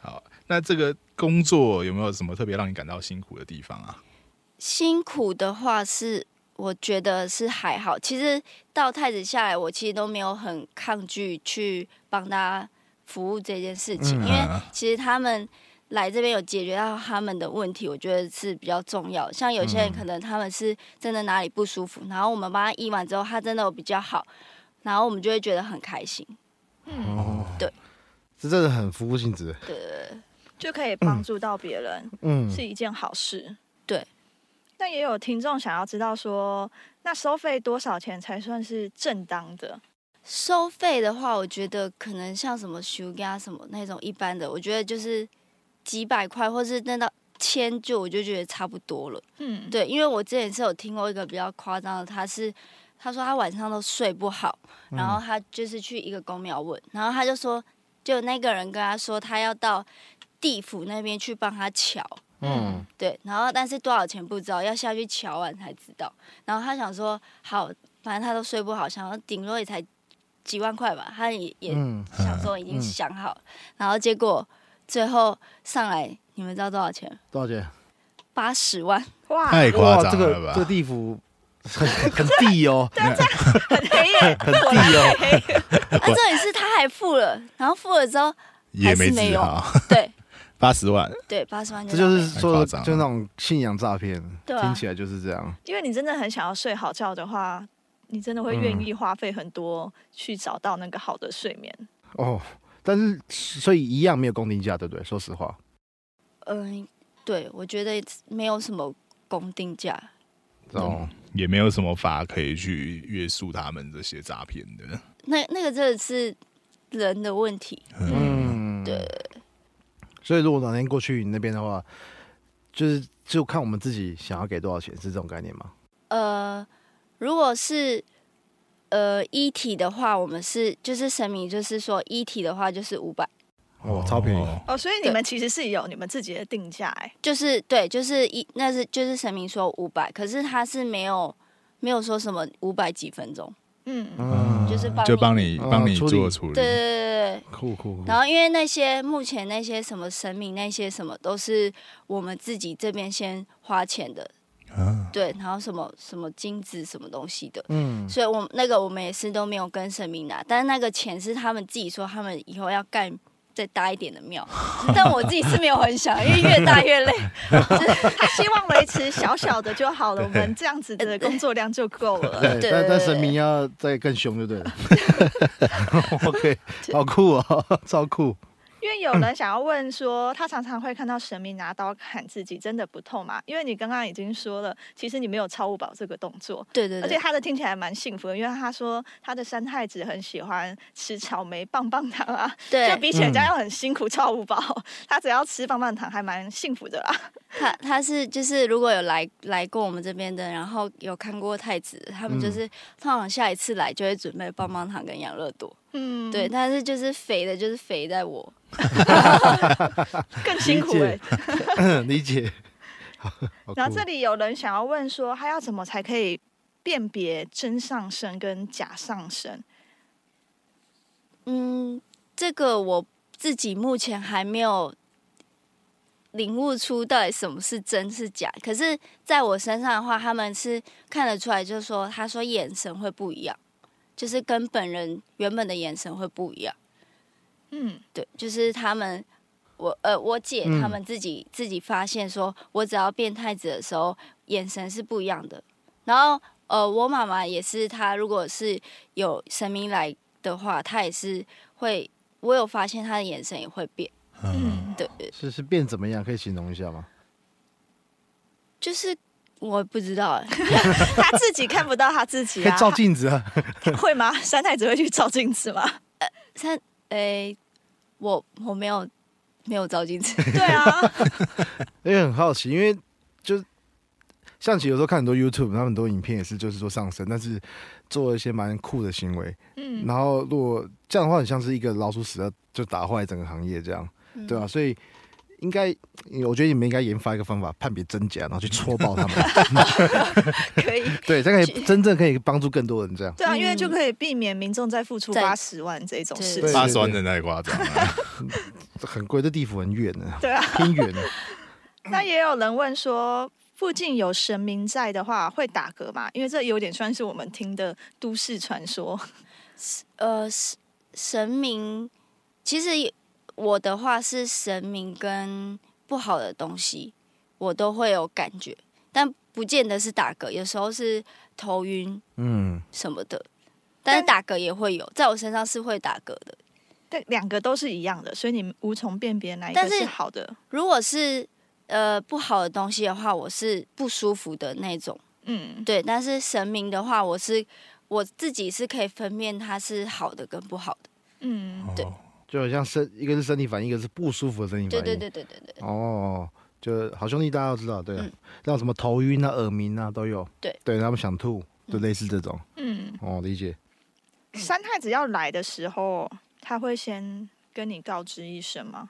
Speaker 2: 好，那这个工作有没有什么特别让你感到辛苦的地方啊？
Speaker 5: 辛苦的话是，我觉得是还好。其实到太子下来，我其实都没有很抗拒去帮大家服务这件事情，
Speaker 4: 嗯
Speaker 5: 因为其实他们来这边有解决到他们的问题，我觉得是比较重要。像有些人可能他们是真的哪里不舒服，然后我们帮他医完之后，他真的有比较好，然后我们就会觉得很开心。
Speaker 3: 嗯，
Speaker 4: 哦，
Speaker 5: 对，
Speaker 4: 这真的很服务性质。
Speaker 5: 对对对，
Speaker 3: 就可以帮助到别人，
Speaker 4: 嗯，
Speaker 3: 是一件好事。
Speaker 5: 对。
Speaker 3: 那也有听众想要知道说，那收费多少钱才算是正当的？
Speaker 5: 收费的话，我觉得可能像什么 Sugar 什么那种一般的，我觉得就是几百块，或是那到千就我就觉得差不多了。
Speaker 3: 嗯，
Speaker 5: 对，因为我之前是有听过一个比较夸张的，他是他说他晚上都睡不好，然后他就是去一个公庙问，然后他就说，就那个人跟他说他要到地府那边去帮他瞧，
Speaker 4: 嗯，
Speaker 5: 对，然后但是多少钱不知道，要下去瞧完才知道。然后他想说，好，反正他都睡不好，想要顶多也才几万块吧，他也也
Speaker 4: 嗯，
Speaker 5: 想说已经
Speaker 4: 嗯
Speaker 5: 想好了，然后结果最后上来，你们知道多少钱吗？
Speaker 4: 多少钱？
Speaker 5: 八 十万，
Speaker 3: 哇，
Speaker 2: 太夸
Speaker 4: 哇
Speaker 2: 张
Speaker 4: 这个
Speaker 2: 了
Speaker 4: 这个
Speaker 2: 吧！
Speaker 4: 地府很很地 哦，
Speaker 3: 很黑耶，
Speaker 4: 很地哦，
Speaker 5: 啊，重点是他还付了，然后付了 之后，
Speaker 2: 也
Speaker 5: 还
Speaker 2: 没
Speaker 5: 是没
Speaker 2: 治
Speaker 5: 有
Speaker 2: 好，
Speaker 5: 对
Speaker 2: 八十万，
Speaker 5: 对，八十万
Speaker 4: 这
Speaker 5: 就
Speaker 4: 就是
Speaker 5: 浪费
Speaker 2: 太
Speaker 4: 说
Speaker 2: 夸
Speaker 4: 的
Speaker 2: 张了
Speaker 4: 就那种信仰诈骗，
Speaker 5: 对啊
Speaker 4: 听起来就是这样。
Speaker 3: 因为你真的很想要睡好觉的话，你真的会愿意花费很多去找到那个好的睡眠。
Speaker 4: 哦，但是所以一样没有公定价，对不对？说实话，
Speaker 5: 嗯、对，我觉得没有什么公定价，
Speaker 4: 哦，
Speaker 2: 也没有什么法可以去约束他们这些诈骗的。
Speaker 5: 那那个真的是人的问题，
Speaker 4: 嗯，
Speaker 2: 嗯，
Speaker 5: 对。
Speaker 4: 所以如果哪天过去你那边的话，就是就看我们自己想要给多少钱，是这种概念吗？
Speaker 5: 呃，如果是呃一体的话，我们是就是神明，就是说一体的话就是五百，
Speaker 4: 哦，超便宜，
Speaker 2: 哦
Speaker 3: 哦，所以你们其实是有你们自己的定价哎。
Speaker 5: 就是对，就是一那是就是神明说五百，可是他是没有没有说什么五百几分钟，
Speaker 3: 嗯，
Speaker 4: 嗯，
Speaker 5: 就是帮
Speaker 2: 就
Speaker 5: 你
Speaker 2: 帮你
Speaker 4: 哦
Speaker 2: 帮你
Speaker 4: 处理
Speaker 2: 做处理。
Speaker 5: 对对对对对。
Speaker 4: 酷酷酷，
Speaker 5: 然后因为那些目前那些什么神明那些什么都是我们自己这边先花钱的，
Speaker 2: 啊，
Speaker 5: 对，然后什么什么金子什么东西的，
Speaker 4: 嗯，
Speaker 5: 所以我那个我们也是都没有跟神明拿，但是那个钱是他们自己说他们以后要盖再大一点的 庙，但我自己是没有很想，因为越大越累。
Speaker 3: 他希望维持小小的就好了，我们这样子的工作量就够了。
Speaker 4: 对，但
Speaker 5: 对对
Speaker 4: 但
Speaker 5: 对
Speaker 4: 神明要再更凶就对了。OK，好酷哦，超酷。
Speaker 3: 因为有人想要问说，他常常会看到神明拿刀砍自己，真的不痛吗？因为你刚刚已经说了，其实你没有超物保这个动作，
Speaker 5: 对对
Speaker 3: 而且
Speaker 5: 对，
Speaker 3: 他的听起来蛮幸福的，因为他说他的三太子很喜欢吃草莓棒棒糖啊，就
Speaker 5: 对
Speaker 3: 比起人
Speaker 4: 嗯
Speaker 3: 家要很辛苦超 五宝，他只要吃棒棒糖还蛮幸福的啦。
Speaker 5: 他他是就是如果有来来过我们这边的，然后有看过太子，他们
Speaker 3: 嗯
Speaker 5: 就是、通常下一次来就会准备棒棒糖跟养乐多。
Speaker 3: 嗯，
Speaker 5: 对，，但是就是肥的，就是肥在我。
Speaker 3: 更辛苦
Speaker 4: 理解
Speaker 3: 哎、
Speaker 4: 理解。 好好酷哦
Speaker 3: 然后这里有人想要问说，他要怎么才可以辨别真上身跟假上 身？
Speaker 5: 嗯，这个我自己目前还没有领悟出到底什么是真是假。可是在我身上的话，他们是看得出来，就是说，他说眼神会不一样，就是跟本人原本的眼神会不一样。
Speaker 3: 嗯，
Speaker 5: 对，就是他们，我呃，我姐
Speaker 4: 嗯
Speaker 5: 他们自己、自己发现说，我只要变太子的时候，眼神是不一样的。然后呃，我妈妈也是，她如果是有神明来的话，她也是会，我有发现她的眼神也会变。
Speaker 2: 嗯，
Speaker 5: 对，对
Speaker 4: 是是变怎么样？可以形容一下吗？
Speaker 5: 就是我不知道，欸
Speaker 3: 他自己看不到他自己
Speaker 4: 可以
Speaker 3: 啊，
Speaker 4: 照镜子啊。
Speaker 3: 他 会吗？三太子会去照镜子 吗？
Speaker 5: 三诶、我我没有没有照镜子，
Speaker 3: 对啊，
Speaker 4: 因为很好奇，因为就是象棋有时候看很多 YouTube，他们很多影片也是就是说上身，但是做一些蛮酷的行为。
Speaker 3: 嗯，
Speaker 4: 然后如果这样的话，很像是一个老鼠屎要就打坏整个行业这样，
Speaker 5: 嗯
Speaker 4: 对啊吧、所以。应该，我觉得你们应该研发一个方法判别真假，然后去戳爆他们。
Speaker 5: 可以。
Speaker 4: 对，这样可以真正可以帮助更多人。这样，
Speaker 3: 对啊，因为
Speaker 5: 嗯
Speaker 3: 就可以避免民众再付出
Speaker 5: 再
Speaker 3: 八十万这种事
Speaker 5: 对
Speaker 4: 对
Speaker 3: 情。
Speaker 2: 八十万真的太夸张了。
Speaker 4: 很贵，这地府很远呢，
Speaker 3: 对啊，
Speaker 4: 偏远。
Speaker 3: 那也有人问说，附近有神明在的话会打嗝吗？因为这有点算是我们听的都市传说。
Speaker 5: 呃，神神明，其实我的话是神明跟不好的东西，我都会有感觉，但不见得是打嗝，有时候是头晕
Speaker 4: 嗯，
Speaker 5: 什么的，但是
Speaker 3: 但
Speaker 5: 打嗝也会有，在我身上是会打嗝的。
Speaker 3: 但两个都是一样的，所以你无从辨别哪一个
Speaker 5: 但是
Speaker 3: 是好的。
Speaker 5: 如果是呃不好的东西的话，我是不舒服的那种，
Speaker 3: 嗯，
Speaker 5: 对。但是神明的话，我是我自己是可以分辨它是好的跟不好的。
Speaker 3: 嗯，
Speaker 5: 对
Speaker 2: 哦
Speaker 4: 就好像身，一个是身体反应，一个是不舒服的身体反
Speaker 5: 对
Speaker 4: 应。
Speaker 5: 对对对对对。
Speaker 4: 哦，就好兄弟大家都知道，对啊
Speaker 5: 嗯，
Speaker 4: 像什么头晕啊、耳鸣啊都有，
Speaker 5: 对，
Speaker 4: 对他们想吐，就
Speaker 5: 嗯
Speaker 4: 类似这种，
Speaker 3: 嗯，
Speaker 4: 哦，理 解，
Speaker 3: 三太子要来的时候，他会先跟你告知一声吗？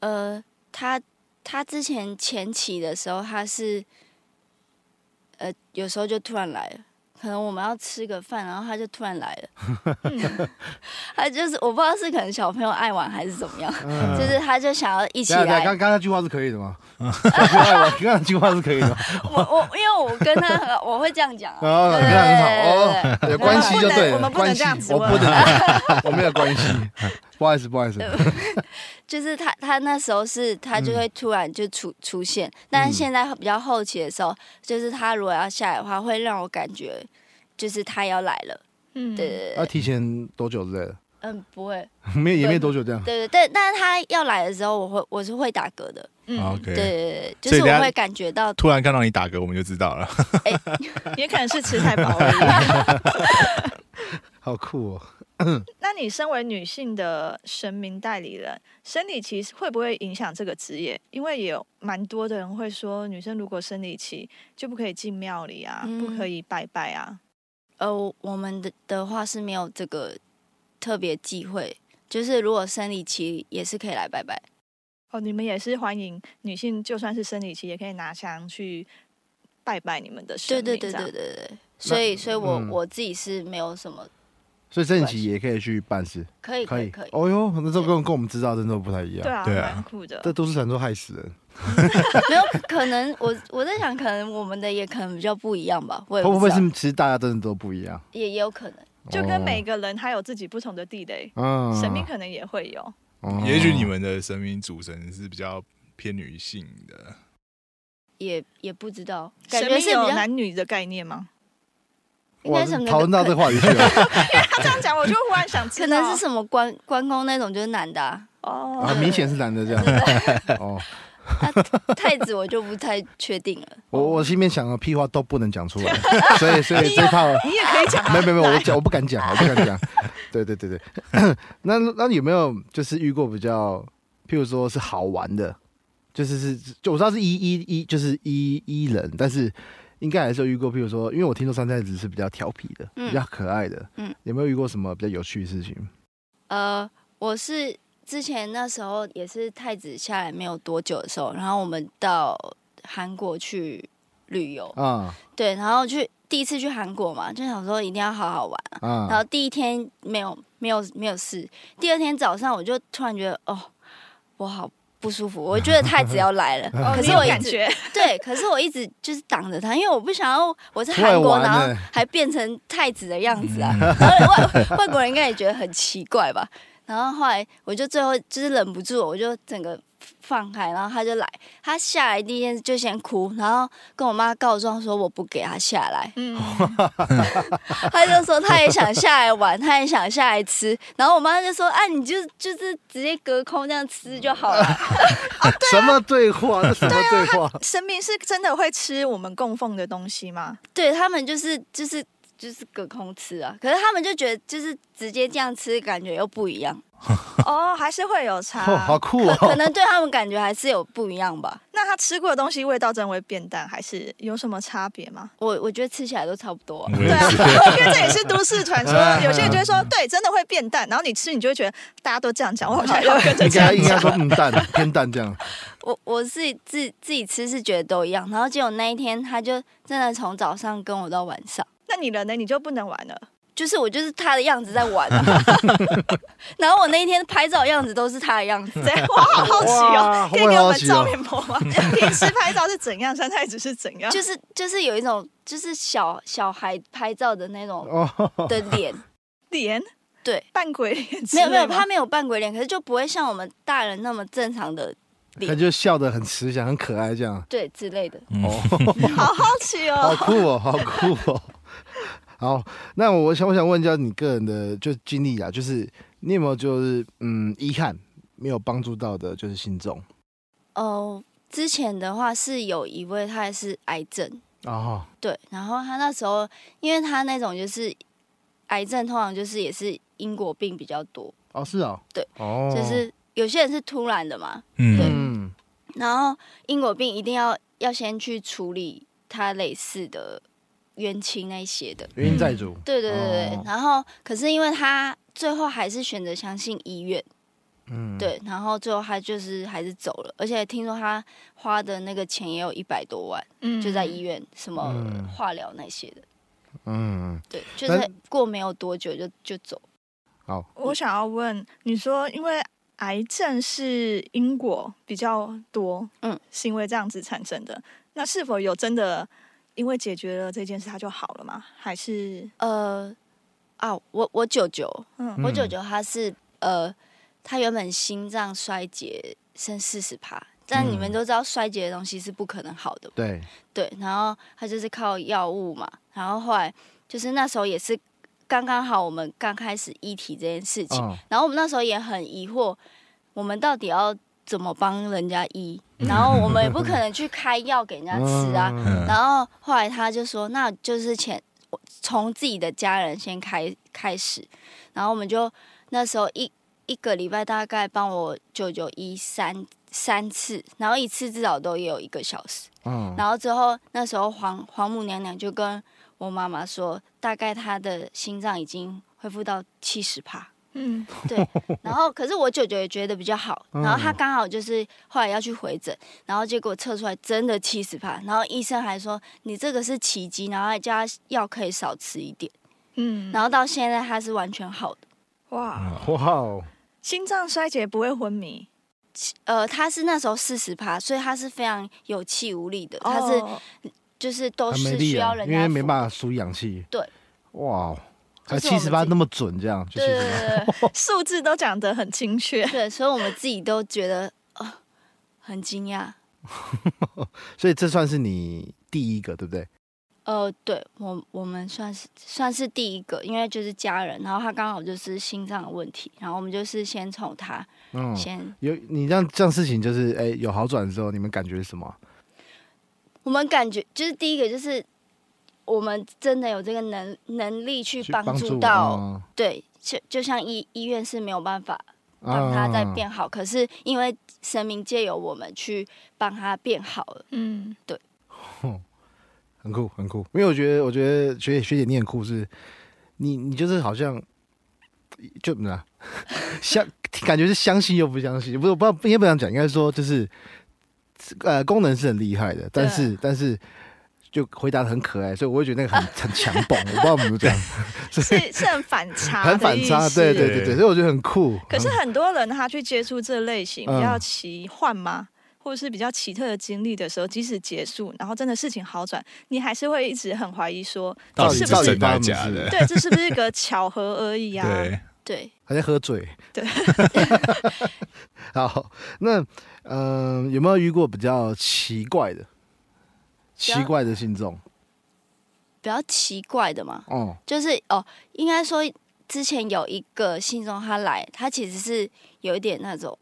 Speaker 5: 呃，他他之前前期的时候，他是呃有时候就突然来了，可能我们要吃个饭，然后他就突然来了，
Speaker 3: 嗯，
Speaker 5: 他就是我不知道是可能小朋友爱玩还是怎么样，
Speaker 4: 嗯
Speaker 5: 就是他就想要一起
Speaker 4: 等一下等一下
Speaker 5: 来。
Speaker 4: 刚刚那句话是可以的吗？ 我刚刚那句话是可以的 吗，
Speaker 5: 我我因为我跟他很我会这样讲、啊，
Speaker 4: 啊，
Speaker 5: 对
Speaker 4: 这样很好
Speaker 5: 对对对对
Speaker 4: 哦，有关系就对
Speaker 3: 我
Speaker 4: 了，
Speaker 3: 们不能我们不能
Speaker 4: 关系
Speaker 3: 这样子
Speaker 4: 我
Speaker 3: 问
Speaker 4: 不能， 我没有关系，不好意思，不好意思，
Speaker 5: 就是他他那时候是他就会突然就出、出现，但是现在比较后期的时候，就是他如果要下来的话，会让我感觉就是他要来了，
Speaker 3: 嗯，
Speaker 5: 对对对
Speaker 4: 要
Speaker 5: 对，
Speaker 4: 啊提前多久之类的，
Speaker 5: 嗯，不会。
Speaker 4: 没有也没有多久这样，
Speaker 5: 对对，但但是他要来的时候，我会我是会打嗝的，
Speaker 3: 嗯，
Speaker 5: 对
Speaker 2: OK，
Speaker 5: 对对，就
Speaker 2: 所以
Speaker 5: 是
Speaker 2: 等下
Speaker 5: 我会感觉到，
Speaker 2: 突然看到你打嗝，我们就知道了。
Speaker 3: 也可能是吃太饱而已。
Speaker 4: 好酷哦，
Speaker 3: 那你身为女性的神明代理人，生理期会不会影响这个职业？因为也有蛮多的人会说，女生如果生理期就不可以进庙里啊，
Speaker 5: 嗯
Speaker 3: 不可以拜拜啊。
Speaker 5: 呃，我我们的的话是没有这个特别忌讳，就是如果生理期也是可以来拜拜，
Speaker 3: 哦，你们也是欢迎女性，就算是生理期也可以拿香去拜拜你们的神
Speaker 5: 对
Speaker 3: 明。
Speaker 5: 对对
Speaker 3: 这
Speaker 5: 对
Speaker 3: 样
Speaker 5: 对对，所以所以我、
Speaker 4: 嗯
Speaker 5: 我自己是没有什么
Speaker 4: 所以郑琪也可以去办事，
Speaker 5: 可以
Speaker 4: 可
Speaker 5: 可
Speaker 4: 以
Speaker 5: 以可以，，
Speaker 4: 哦哟，那这跟跟我们知道真的不太一
Speaker 3: 对
Speaker 4: 样，
Speaker 3: 啊，
Speaker 2: 对啊
Speaker 3: 蛮酷的。
Speaker 4: 这都市传说害死人。
Speaker 5: 没有可能我我在想，可能我们的也可能比较不一样吧，我也
Speaker 4: 会不
Speaker 5: 不
Speaker 4: 会
Speaker 5: 知道，
Speaker 4: 是其实大家真的都不一样？
Speaker 5: 也也有可能，
Speaker 3: 就跟每
Speaker 4: 个、
Speaker 3: 个人他有自己不同的地雷，
Speaker 4: 哦嗯
Speaker 3: 神明可能也会有。
Speaker 4: 哦
Speaker 2: 也许你们的神明主神是比较偏女性的，
Speaker 5: 也也不知道，感
Speaker 3: 神
Speaker 5: 觉
Speaker 3: 明
Speaker 5: 是比
Speaker 3: 有
Speaker 5: 较
Speaker 3: 男女的概念吗？
Speaker 5: 应该什么
Speaker 4: 讨论到这
Speaker 5: 可
Speaker 4: 个话题去了，
Speaker 3: 他这样讲，我就忽然想知
Speaker 5: 可
Speaker 3: 道，
Speaker 5: 能是什么关关公那种就是男的 啊、
Speaker 3: 哦，
Speaker 4: 啊，明显是男的这样。哦，
Speaker 5: 太子我就不太确定了。
Speaker 4: 我我心里面想的屁话都不能讲出来，所以所以这套
Speaker 3: 你也可以 讲啊，
Speaker 4: 没有没有没有，我讲我不敢讲，我不敢讲。对对对 对，那那有没有就是遇过比较，譬如说是好玩的，就是是就我知道是一一一就是一一人，但是应该还是有遇过，譬如说，因为我听说三太子是比较调皮的，
Speaker 5: 嗯
Speaker 4: 比较可爱的，
Speaker 5: 嗯
Speaker 4: 有没有遇过什么比较有趣的事情？
Speaker 5: 呃，我是之前那时候也是太子下来没有多久的时候，然后我们到韩国去旅游，
Speaker 4: 啊
Speaker 5: 对，然后去第一次去韩国嘛，就想说一定要好好玩啊。然
Speaker 4: 啊
Speaker 5: 后第一天没有没有没有事，第二天早上我就突然觉得哦，我好不舒服，我觉得太子要来了，
Speaker 3: 哦
Speaker 5: 可
Speaker 3: 你
Speaker 5: 是
Speaker 3: 有
Speaker 5: 我一
Speaker 3: 感
Speaker 5: 直
Speaker 3: 觉，，
Speaker 5: 对，可是我一直就是挡着他，因为我不想要我在
Speaker 4: 出来
Speaker 5: 韩国，
Speaker 4: 玩
Speaker 5: 然后
Speaker 4: 呢
Speaker 5: 还变成太子的样子啊。然后外外国人应该也觉得很奇怪吧。然后后来我就最后就是忍不住，我就整个放开，然后他就来，他下来第一件事就先哭，然后跟我妈告状说我不给他下来
Speaker 3: 嗯，
Speaker 5: 他就说他也想下来玩，他也想下来吃，然后我妈就说啊，你就就是直接隔空这样吃就好了。
Speaker 4: 什么对话？这什么对话？
Speaker 3: 神明是真的会吃我们供奉的东西吗？
Speaker 5: 对他们就是就是就是隔空吃啊，可是他们就觉得就是直接这样吃，感觉又不一样，
Speaker 3: 哦，还是会有差。
Speaker 4: 哦，好酷
Speaker 5: 可可
Speaker 4: 哦！
Speaker 5: 能对他们感觉还是有不一样吧。
Speaker 3: 那他吃过的东西味道真的会变淡，还是有什么差别吗？
Speaker 5: 我我觉得吃起来都差不多啊、
Speaker 2: 我
Speaker 3: 对
Speaker 2: 也
Speaker 3: 啊，
Speaker 2: 是
Speaker 3: 因为这也是都市传说，
Speaker 4: 嗯
Speaker 3: 有些人就会说，对，真的会变淡。然后你吃，你就会觉得大家都这样讲，我好 像要跟着
Speaker 4: 应
Speaker 3: 这
Speaker 4: 该
Speaker 3: 样
Speaker 4: 应该说
Speaker 3: 讲。
Speaker 4: 嗯淡偏淡这样，
Speaker 5: 我我自己自自己吃是觉得都一样，然后结果那一天他就真的从早上跟我到晚上，
Speaker 3: 那你人呢？你就不能玩了。
Speaker 5: 就是我就是他的样子在玩、啊， 然后我那一天拍照的样子都是他的样子。
Speaker 3: 对，我好好奇
Speaker 4: 嗯哇
Speaker 3: 哦，可以 给我
Speaker 4: 我也好
Speaker 3: 们
Speaker 4: 奇哦
Speaker 3: 照片播吗？ 平时拍照是怎样， 山太子是怎样？
Speaker 5: 就是就是有一种就是小小孩拍照的那种
Speaker 4: 哦，
Speaker 5: 的 脸，
Speaker 3: 脸，
Speaker 5: 对，
Speaker 3: 扮鬼脸之
Speaker 5: 没
Speaker 3: 类
Speaker 5: 有
Speaker 3: 吗，
Speaker 5: 没有，他没有扮鬼脸，可是就不会像我们大人那么正常的
Speaker 4: 他就笑得很慈祥，很可爱这样。
Speaker 5: 对之类的。
Speaker 2: 嗯
Speaker 4: 哦。
Speaker 3: 好好奇
Speaker 4: 好
Speaker 3: 哦。
Speaker 4: 酷哦， 好酷哦。好，那我想我想问一下你个人的就经历啊，就是你有没有就是嗯遗憾没有帮助到的，就是信众
Speaker 5: 哦，之前的话是有一位他也是癌症，
Speaker 4: 哦，
Speaker 5: 对，然后他那时候因为他那种就是癌症，通常就是也是因果病比较多，
Speaker 4: 哦是哦，
Speaker 5: 对，
Speaker 4: 哦
Speaker 5: 就是有些人是突然的嘛，
Speaker 2: 嗯，
Speaker 4: 嗯
Speaker 5: 然后因果病一定要要先去处理他类似的冤亲那一些的，
Speaker 4: 原因债主
Speaker 5: 对对对对，
Speaker 4: 哦
Speaker 5: 然后可是因为他最后还是选择相信医院。
Speaker 4: 嗯
Speaker 5: 对，然后最后他就是还是走了，而且听说他花的那个钱也有一百多万，
Speaker 3: 嗯
Speaker 5: 就在医院什么
Speaker 4: 嗯
Speaker 5: 化疗那些的，
Speaker 4: 嗯
Speaker 5: 对，就
Speaker 4: 但
Speaker 5: 是过没有多久就就走。
Speaker 4: 好
Speaker 3: 我想要问，你说因为癌症是因果比较多，
Speaker 5: 嗯，
Speaker 3: 是因为这样子产生的，那是否有真的因为解决了这件事它就好了吗？还是
Speaker 5: 呃，啊，我我舅舅，
Speaker 3: 嗯
Speaker 5: 我
Speaker 4: 嗯
Speaker 5: 舅舅他是呃，他原本心脏衰竭剩四十趴，但你们
Speaker 4: 嗯
Speaker 5: 都知道衰竭的东西是不可能好的嘛，
Speaker 4: 对
Speaker 5: 对，然后他就是靠药物嘛，然后后来就是那时候也是刚刚好我们刚开始议题这件事情。
Speaker 4: 哦
Speaker 5: 然后我们那时候也很疑惑，我们到底要怎么帮人家医？然后我们也不可能去开药给人家吃啊。
Speaker 4: 嗯
Speaker 5: 然后后来他就说，那就是前我从自己的家人先开开始。然后我们就那时候一一个礼拜大概帮我舅舅医三三次，然后一次至少都有一个小时。
Speaker 4: 嗯
Speaker 5: 然后之后那时候黄黄母娘娘就跟我妈妈说，大概她的心脏已经恢复到七十趴。
Speaker 3: 嗯，
Speaker 5: 对，然后可是我舅舅也觉得比较好，
Speaker 4: 嗯
Speaker 5: 然后他刚好就是后来要去回诊，然后结果测出来真的七十帕，然后医生还说你这个是奇迹，然后还叫他药可以少吃一点，
Speaker 3: 嗯，
Speaker 5: 然后到现在他是完全好的，
Speaker 3: 哇，
Speaker 4: 哇哦
Speaker 3: 心脏衰竭不会昏迷，
Speaker 5: 呃，他是那时候四十帕，所以他是非常有气无力的，他是
Speaker 3: 哦
Speaker 5: 就是都
Speaker 4: 很没
Speaker 5: 是
Speaker 4: 力
Speaker 5: 需
Speaker 4: 啊
Speaker 5: 要，人
Speaker 4: 因
Speaker 5: 家
Speaker 4: 为没
Speaker 5: 扶
Speaker 4: 办法输氧气
Speaker 5: 对
Speaker 4: 哇哦还
Speaker 5: 就
Speaker 4: 七
Speaker 5: 是我们
Speaker 4: 十八
Speaker 5: 自己
Speaker 4: 那么准，这样就
Speaker 3: 对
Speaker 4: 是
Speaker 3: 对，对 数字都讲得很精确。
Speaker 5: 对，所以我们自己都觉得呃很惊讶。
Speaker 4: 所以这算是你第一个，对不对？
Speaker 5: 呃，对我我们算是算是第一个，因为就是家人，然后他刚好就是心脏的问题，然后我们就是先从他、
Speaker 4: 嗯，
Speaker 5: 先，
Speaker 4: 有你这样这样事情就是，哎、有好转之后，你们感觉是什么？
Speaker 5: 我们感觉就是第一个就是我们真的有这个能能力去
Speaker 4: 去
Speaker 5: 帮助嗯
Speaker 4: 助
Speaker 5: 到，
Speaker 4: 哦
Speaker 5: 对，就就像医医院是没有办法帮
Speaker 4: 啊
Speaker 5: 他再变好，可是因为神明借由我们去帮他变好了，
Speaker 3: 嗯，
Speaker 4: 很酷，很酷。因为我觉得，我觉得学姐学姐你很酷是，你你就是好像就怎么啦 相感觉是相信又不相信，不是不不应该不想讲，应该说就是呃功能是很厉害的，但是但是就回答的很可爱，所以我会觉得那个很很强蹦，我不知道怎么讲，
Speaker 3: 是嗯是很反差，
Speaker 4: 很反差，对对对对，
Speaker 2: 对
Speaker 4: 所以我觉得很酷。
Speaker 3: 啊可是
Speaker 4: 很
Speaker 3: 很多人他去接触这类型
Speaker 4: 嗯
Speaker 3: 比较奇幻嘛，或者是比较奇特的经历的时候，即使结束，然后真的事情好转，你还是会一直很怀疑说，
Speaker 2: 到
Speaker 3: 底
Speaker 2: 底
Speaker 3: 是
Speaker 2: 是
Speaker 3: 不是
Speaker 2: 真的还是假的？
Speaker 3: 对，这是不是个巧合而已啊？
Speaker 2: 对，
Speaker 5: 对，
Speaker 4: 还在喝醉。
Speaker 3: 对。
Speaker 4: 好，那嗯、有没有遇过比较奇怪的、
Speaker 5: 较
Speaker 4: 奇怪的信众？
Speaker 5: 比较奇怪的嘛，
Speaker 4: 哦，
Speaker 5: 就是哦，应该说之前有一个信众他来，他其实是有一点那种。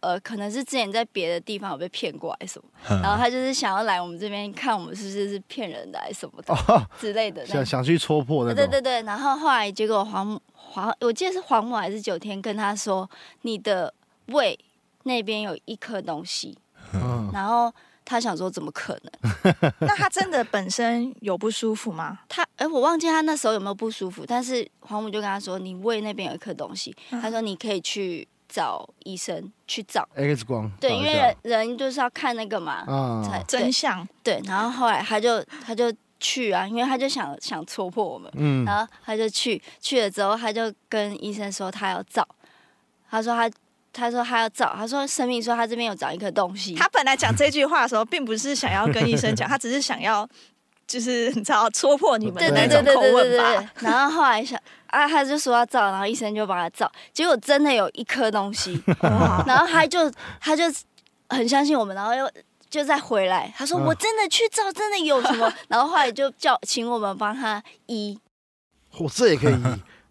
Speaker 5: 呃，可能是之前在别的地方有被骗过还是什么，
Speaker 2: 嗯
Speaker 5: 然后他就是想要来我们这边看我们是不是是骗人的还是什么的、之类的那种
Speaker 4: 想。想去戳哦破那种。
Speaker 5: 对对对，然后后来结果黄母黄，我记得是黄母还是九天跟他说，你的胃那边有一颗东西，
Speaker 4: 嗯，
Speaker 5: 然后他想说怎么可能？
Speaker 3: 那他真的本身有不舒服吗？
Speaker 5: 他哎、我忘记他那时候有没有不舒服，但是黄母就跟他说，你胃那边有一颗东西，他说你可以去找医生去找，
Speaker 4: X 光
Speaker 5: 对，
Speaker 4: 照一
Speaker 5: 因为
Speaker 4: 下
Speaker 5: 人人就是要看那个嘛，才
Speaker 4: 啊，
Speaker 5: 对
Speaker 3: 真相
Speaker 5: 对，然后后来他就他就去啊，因为他就想想戳破我们，
Speaker 4: 嗯，
Speaker 5: 然后他就去，去了之后他就跟医生说他要照，他说他他说他要照，他说生命说他这边有长一颗东西，
Speaker 3: 他本来讲这句话的时候，并不是想要跟医生 讲，他只是想要，就是 你知道戳破你们
Speaker 5: 对
Speaker 3: 的
Speaker 5: 对
Speaker 3: 那
Speaker 5: 对
Speaker 3: 种
Speaker 5: 对
Speaker 3: 口
Speaker 5: 对对
Speaker 3: 吻
Speaker 5: 对
Speaker 3: 吧。，
Speaker 5: 然后后来想啊，他就说要照，然后医生就帮他照，结果真的有一颗 东西，
Speaker 3: 哇，
Speaker 5: 然后他就他就很相信我们，然后又。就再回来，他说
Speaker 4: 嗯
Speaker 5: 我真的去照，真的有什 么，然后后来就叫请我们帮他医，
Speaker 4: 我哦这 也可以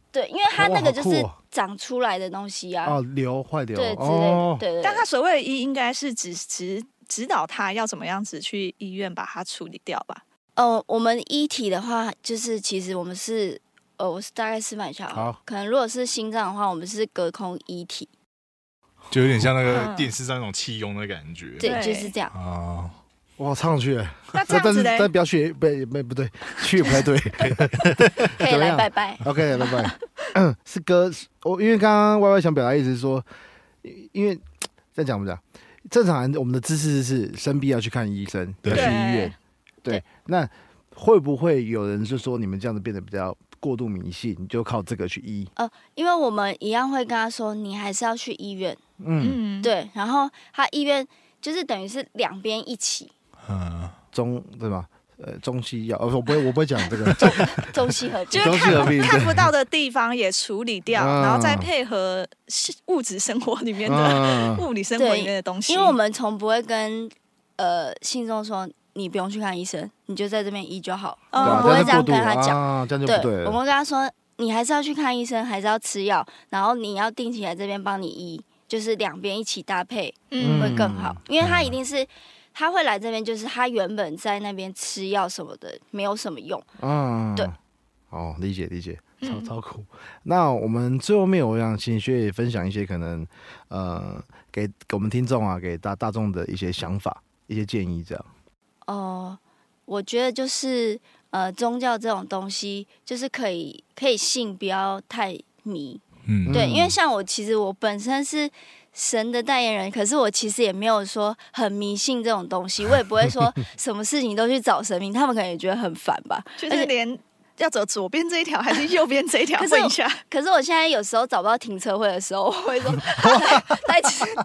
Speaker 5: 对，因为他
Speaker 4: 哇
Speaker 5: 那个
Speaker 4: 好
Speaker 5: 就
Speaker 4: 酷
Speaker 5: 是
Speaker 4: 哦
Speaker 5: 长出来的东西啊，
Speaker 4: 哦，瘤坏瘤
Speaker 5: 对之类的
Speaker 4: 哦，，
Speaker 5: 对对对。
Speaker 3: 但他所谓的医应该是指指指导他要怎么样子去医院把它处理掉 吧。
Speaker 5: 呃，我们一体的话，就是其实我们是，呃，我是大概示范一下好了，
Speaker 4: 好
Speaker 5: 可能如果是心脏的话，我们是隔空一体，
Speaker 2: 就有点像那个
Speaker 3: 嗯
Speaker 2: 电视上那种气功的感觉。
Speaker 5: 对，
Speaker 3: 对
Speaker 5: 就是这样。
Speaker 2: 啊，
Speaker 4: 哇，唱上去了，
Speaker 3: 那这
Speaker 4: 但
Speaker 3: 样
Speaker 4: 但
Speaker 3: 子
Speaker 4: 是
Speaker 3: 嘞，
Speaker 4: 但不要去，不不不对，去也不太对。
Speaker 5: 可以
Speaker 4: 怎么
Speaker 5: 来
Speaker 4: 样
Speaker 5: 拜拜。
Speaker 4: OK，拜拜。 嗯是歌，我因为刚刚 Y Y 想表达意思是说，因因为再讲不讲，啊正常人我们的姿势是生病要去看医生，要
Speaker 2: 对
Speaker 4: 去医院。对
Speaker 5: 对，
Speaker 4: 那会不会有人就说你们这样子变得比较过度迷信，你就靠这个去医？
Speaker 5: 因为我们一样会跟他说，你还是要去医院。
Speaker 4: 嗯，
Speaker 3: 嗯，
Speaker 5: 对，然后他医院就是等于是两边 一起，
Speaker 2: 嗯，
Speaker 4: 中对吧？呃，中西药，呃，我不会，我不会讲 这个。
Speaker 5: 中西合
Speaker 3: 就
Speaker 5: 璧。
Speaker 3: 是
Speaker 4: 中西
Speaker 3: 看
Speaker 4: 合璧
Speaker 3: 不
Speaker 4: 对
Speaker 3: 看不到的地方也处理掉，
Speaker 5: 啊
Speaker 4: 嗯
Speaker 3: 然后再配合是物质生活里面的、
Speaker 4: 嗯，
Speaker 3: 物理生活里面的东西。
Speaker 5: 因为我们从不会跟呃信众说，你不用去看医生，你就在这边医就好。
Speaker 3: 嗯
Speaker 4: 对啊
Speaker 5: 呃我
Speaker 4: 吧
Speaker 5: 们不会
Speaker 4: 样是
Speaker 5: 这
Speaker 4: 过
Speaker 5: 样
Speaker 4: 度
Speaker 5: 跟他讲。
Speaker 4: 啊，这样就
Speaker 5: 对
Speaker 4: 不对，
Speaker 5: 我
Speaker 4: 了。
Speaker 5: 们跟他说，你还是要去看医生，还是要吃药，然后你要定期来这边帮你医，就是两边一起搭配
Speaker 3: 嗯
Speaker 5: 会更好，因为他一定是。他会来这边，就是他原本在那边吃药什么的，没有什么用。
Speaker 4: 嗯，
Speaker 5: 对。
Speaker 4: 哦，理解理解，超
Speaker 3: 嗯
Speaker 4: 超酷。那我们最后面，我想请学姐分享一些可能，呃，给给我们听众啊，给大大众的一些想法、一些建议，这样。
Speaker 5: 哦、我觉得就是呃，宗教这种东西，就是可以可以信，不要太迷。
Speaker 2: 嗯
Speaker 5: 对，因为像我其实我本身是神的代言人，可是我其实也没有说很迷信这种东西，我也不会说什么事情都去找神明，他们可能也觉得很烦吧。
Speaker 3: 就
Speaker 5: 而且
Speaker 3: 是连要走左边这一条还是右边这一条？
Speaker 5: 可是
Speaker 3: 问一下，
Speaker 5: 可是我现在有时候找不到停车位的时候，我会说啊来来，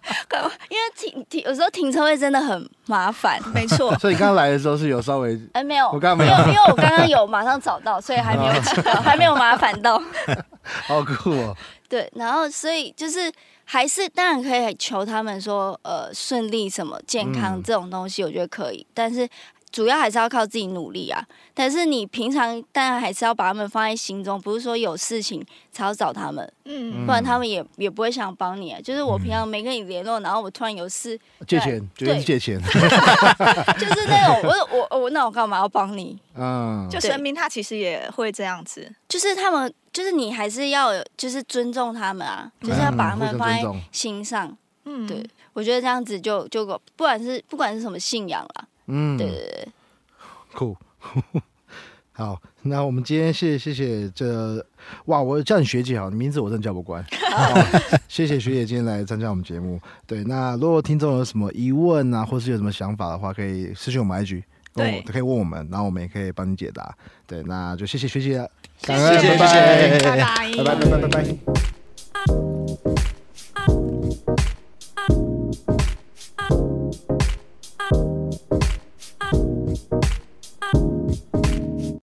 Speaker 5: 因为停停有时候停车位真的很麻烦。
Speaker 3: 没错，
Speaker 4: 所以你刚来的时候是有稍微
Speaker 5: 哎，没有，
Speaker 4: 我刚刚没有哦
Speaker 5: 因为因为我刚刚有马上找到，所以还没有还没有麻烦到。
Speaker 4: 好酷哦，
Speaker 5: 对，然后所以就是还是当然可以求他们说，呃，顺利什么健康
Speaker 4: 嗯
Speaker 5: 这种东西，我觉得可以，但是主要还是要靠自己努力啊。但是你平常当然还是要把他们放在心中，不是说有事情才要找他们，
Speaker 3: 嗯
Speaker 4: 嗯
Speaker 5: 不然他们也也不会想帮你、啊。就是我平常没跟你联络，然后我突然有事，
Speaker 4: 嗯借钱绝对是借钱，
Speaker 5: 就是那种我我我那我干嘛要帮你？
Speaker 4: 嗯，
Speaker 3: 就神明他其实也会这样子，
Speaker 5: 就是他们，就是你还是要有就是尊重他们啊，就是要把他
Speaker 4: 嗯
Speaker 5: 们
Speaker 4: 互
Speaker 5: 放
Speaker 4: 相
Speaker 5: 在
Speaker 4: 尊重
Speaker 5: 心上。
Speaker 3: 嗯，
Speaker 5: 对，我觉得这样子就就不管是不管是什么信仰啦，
Speaker 4: 嗯，
Speaker 5: 对对对，
Speaker 4: 酷。 好，那我们今天谢谢谢这哇，我叫你学姐好，啊你名字我真的叫不惯。好谢谢学姐今天来参加我们节目。对，那如果听众有什么疑问啊，或是有什么想法的话，可以私信我们 IG，跟我
Speaker 3: 对
Speaker 4: 可以问我们，然后我们也可以帮你解答。对，那就谢谢学姐，感啊
Speaker 3: 谢
Speaker 4: 恩
Speaker 3: 谢拜
Speaker 4: 拜拜
Speaker 3: 拜
Speaker 4: 拜拜拜拜拜拜。